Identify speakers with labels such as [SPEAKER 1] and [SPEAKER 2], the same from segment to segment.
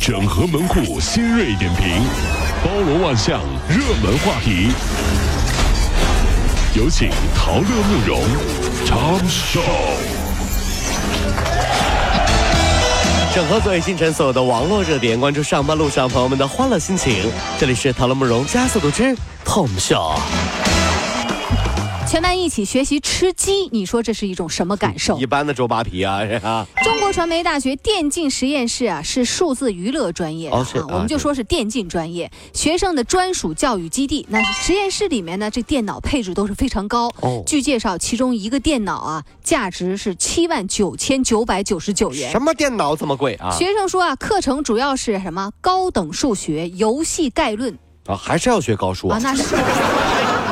[SPEAKER 1] 整合门户新锐点评，包罗万象，热门话题。有请陶乐慕容长寿。
[SPEAKER 2] 整合最新城所有的网络热点，关注上班路上朋友们的欢乐心情。这里是《陶乐慕容加速度之 Tom Show》。
[SPEAKER 3] 全班一起学习吃鸡，你说这是一种什么感受
[SPEAKER 2] 一？般的周扒皮啊，是啊，
[SPEAKER 3] 中国传媒大学电竞实验室啊是数字娱乐专业的
[SPEAKER 2] 哦是
[SPEAKER 3] 啊
[SPEAKER 2] 啊
[SPEAKER 3] 我们就说是电竞专业学生的专属教育基地。那实验室里面呢，这电脑配置都是非常高。
[SPEAKER 2] 哦
[SPEAKER 3] 据介绍，其中一个电脑啊，价值是七万九千九百九十九元
[SPEAKER 2] 什。么电脑这么贵啊？
[SPEAKER 3] 学生说啊，课程主要是什么？高等数学、游戏概论
[SPEAKER 2] 啊，还是要学高数
[SPEAKER 3] 啊
[SPEAKER 2] 啊，。
[SPEAKER 3] 那是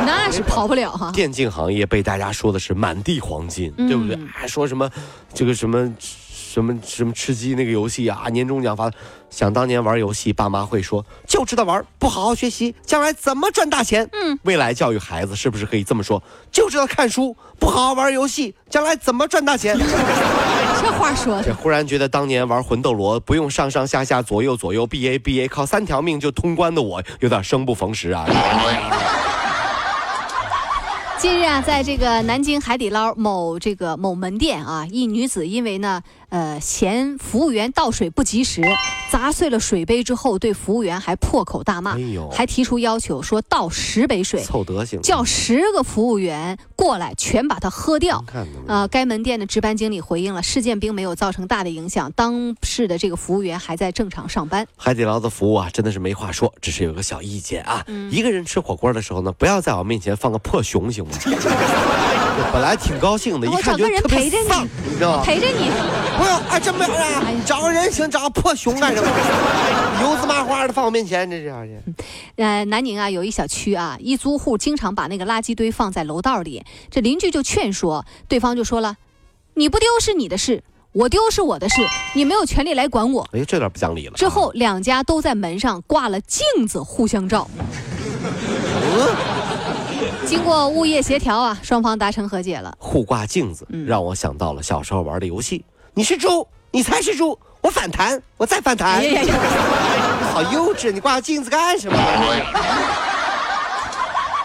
[SPEAKER 3] 那是跑不了哈、
[SPEAKER 2] 电竞行业被大家说的是满地黄金，
[SPEAKER 3] 嗯
[SPEAKER 2] 对不对？还说什么这个什么什么什么吃鸡那个游戏啊，年终奖罚。想当年玩游戏，爸妈会说就知道玩，不好好学习，将来怎么赚大钱？嗯，未来教育孩子是不是可以这么说？就知道看书，不好好玩游戏，将来怎么赚大钱？
[SPEAKER 3] 这话说
[SPEAKER 2] 这
[SPEAKER 3] 的，
[SPEAKER 2] 忽然觉得当年玩魂斗罗不用上上下下左右左右 B A B A 靠三条命就通关的我，有点生不逢时啊！
[SPEAKER 3] 近日啊，在这个南京海底捞某这个某门店啊，一女子因为呢，呃，嫌服务员倒水不及时，砸碎了水杯之后，对服务员还破口大骂，
[SPEAKER 2] 哎呦
[SPEAKER 3] 还提出要求说倒十杯水，
[SPEAKER 2] 凑德行，
[SPEAKER 3] 叫十个服务员过来全把它喝掉。
[SPEAKER 2] 看呢
[SPEAKER 3] 呃，该门店的值班经理回应了，事件并没有造成大的影响，当事的这个服务员还在正常上班。
[SPEAKER 2] 海底捞的服务啊，真的是没话说，只是有个小意见啊。
[SPEAKER 3] 嗯
[SPEAKER 2] 一个人吃火锅的时候呢，不要在我面前放个破熊， 行吗？我本来挺高兴的，一
[SPEAKER 3] 我
[SPEAKER 2] 看
[SPEAKER 3] 找
[SPEAKER 2] 就
[SPEAKER 3] 个人
[SPEAKER 2] 特别
[SPEAKER 3] 陪着你
[SPEAKER 2] 丧，你知道吗？
[SPEAKER 3] 陪着你，
[SPEAKER 2] 不要，哎，真没有啊
[SPEAKER 3] 哎呀，
[SPEAKER 2] 找个人行，找个破熊干什么？
[SPEAKER 3] 哎
[SPEAKER 2] 油滋麻花的放我面前，这是啊这
[SPEAKER 3] 呃，南宁啊有一小区啊，一租户经常把那个垃圾堆放在楼道里，这邻居就劝说，对方就说了：“你不丢是你的事，我丢是我的事，你没有权利来管我。
[SPEAKER 2] 哎，这有点不讲理”了。
[SPEAKER 3] 之后，两家都在门上挂了镜子互相照。
[SPEAKER 2] 嗯
[SPEAKER 3] 经过物业协调啊，双方达成和解了。
[SPEAKER 2] 互挂镜子，
[SPEAKER 3] 嗯
[SPEAKER 2] 让我想到了小时候玩的游戏。你是猪，你才是猪，我反弹，我再反弹。
[SPEAKER 3] 哎呀呀呀！
[SPEAKER 2] 好幼稚，你挂镜子干什么？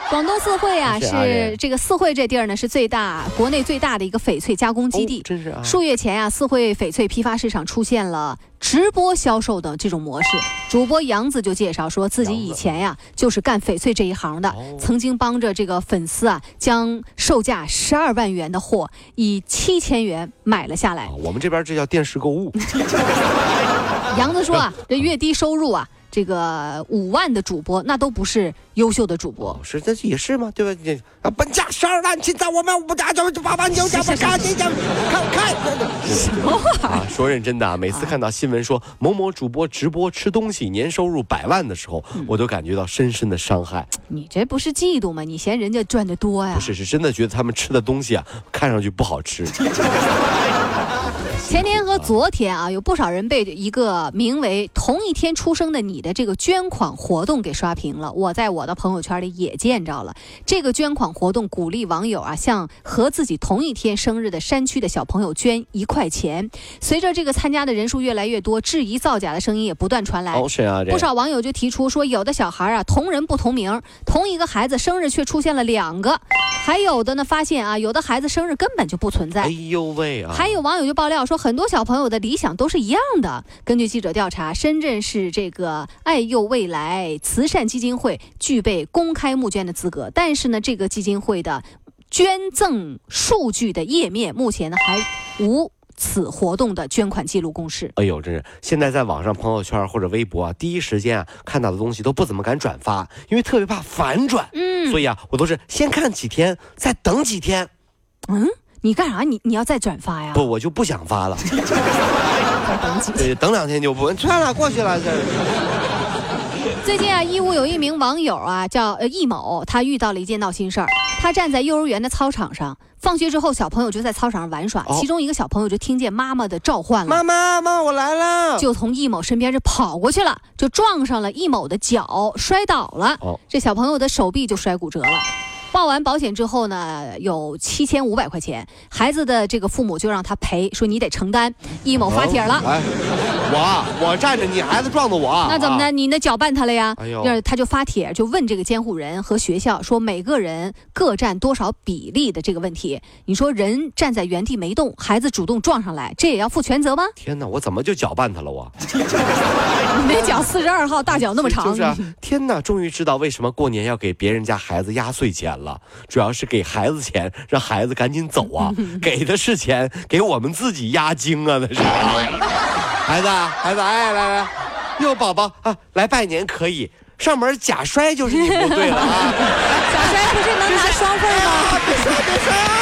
[SPEAKER 3] 广东四惠啊，
[SPEAKER 2] 是啊
[SPEAKER 3] 是
[SPEAKER 2] 人
[SPEAKER 3] 这个四惠这地儿呢，是最大国内最大的一个翡翠加工基地。
[SPEAKER 2] 哦真是啊
[SPEAKER 3] 数月前啊，四惠翡翠批发市场出现了直播销售的这种模式。主播杨子就介绍说，自己
[SPEAKER 2] 杨子
[SPEAKER 3] 以前呀、就是干翡翠这一行的，
[SPEAKER 2] 哦
[SPEAKER 3] 曾经帮着这个粉丝啊，将售价十二万元的货以七千元买了下来
[SPEAKER 2] 啊。我们这边这叫电视购物。
[SPEAKER 3] 杨子说啊，这月低收入啊，这个五万的主播那都不是优秀的主播
[SPEAKER 2] 哦。，是这也是嘛，对吧？这啊，本价十二万，现在我们五打九八万九九八八这样，看看。什么啊？说认真的啊，每次看到新闻说某某主播直播吃东西，年收入百万的时候，
[SPEAKER 3] 嗯
[SPEAKER 2] 我都感觉到深深的伤害。
[SPEAKER 3] 你这不是嫉妒吗？你嫌人家赚的多呀
[SPEAKER 2] 不？是，是真的觉得他们吃的东西啊，看上去不好吃。
[SPEAKER 3] 前天和昨天啊，有不少人被一个名为“同一天出生的你”的这个捐款活动给刷屏了。我在我的朋友圈里也见着了。这个捐款活动鼓励网友啊，向和自己同一天生日的山区的小朋友捐一块钱。随着这个参加的人数越来越多，质疑造假的声音也不断传来。
[SPEAKER 2] 哦，是啊，这
[SPEAKER 3] 不少网友就提出说，有的小孩啊同人不同名，同一个孩子生日却出现了两个，还有的呢发现啊，有的孩子生日根本就不存在
[SPEAKER 2] 哎。呦喂啊！
[SPEAKER 3] 还有网友就爆料说，很多小朋友的理想都是一样的。根据记者调查，深圳市这个爱幼未来慈善基金会具备公开募捐的资格，但是呢，这个基金会的捐赠数据的页面目前呢还无此活动的捐款记录公示。
[SPEAKER 2] 哎呦，真是！现在在网上朋友圈或者微博啊，第一时间啊看到的东西都不怎么敢转发，因为特别怕反转。嗯，所以啊，我都是先看几天，再等几天，
[SPEAKER 3] 你干啥？你你要再转发呀？
[SPEAKER 2] 不，我就不想发了。
[SPEAKER 3] 再 等几天。
[SPEAKER 2] 对，等两天就不算了，过去了。这
[SPEAKER 3] 最近啊，义乌有一名网友啊，叫呃易某，他遇到了一件闹心事儿。他站在幼儿园的操场上，放学之后，小朋友就在操场上玩耍，
[SPEAKER 2] 哦
[SPEAKER 3] 其中一个小朋友就听见妈妈的召唤了
[SPEAKER 2] 妈。妈，妈，我来了。
[SPEAKER 3] 就从易某身边就跑过去了，就撞上了易某的脚，摔倒了。
[SPEAKER 2] 哦
[SPEAKER 3] 这小朋友的手臂就摔骨折了。报完保险之后呢，有七千五百块钱，孩子的这个父母就让他赔，说你得承担。易某发帖了，
[SPEAKER 2] 来，哎我我站着，你孩子撞的我，
[SPEAKER 3] 那怎么
[SPEAKER 2] 啊
[SPEAKER 3] 的？？你那搅拌他了呀？
[SPEAKER 2] 哎呦
[SPEAKER 3] 那他就发帖就问这个监护人和学校说，每个人各占多少比例的这个问题。你说人站在原地没动，孩子主动撞上来，这也要负全 责吗？
[SPEAKER 2] 天哪，我怎么就搅拌他了我？啊
[SPEAKER 3] 你没脚四十二号大脚那么长，
[SPEAKER 2] 就是、啊、天哪，终于知道为什么过年要给别人家孩子压岁钱了，主要是给孩子钱，让孩子赶紧走 啊，给的是钱，给我们自己压惊啊，那是。孩子啊，孩子，哎，来来，哟，宝宝啊，来拜年可以，上门假摔就是你不对了啊。
[SPEAKER 3] 小帅不是能拿双份儿吗？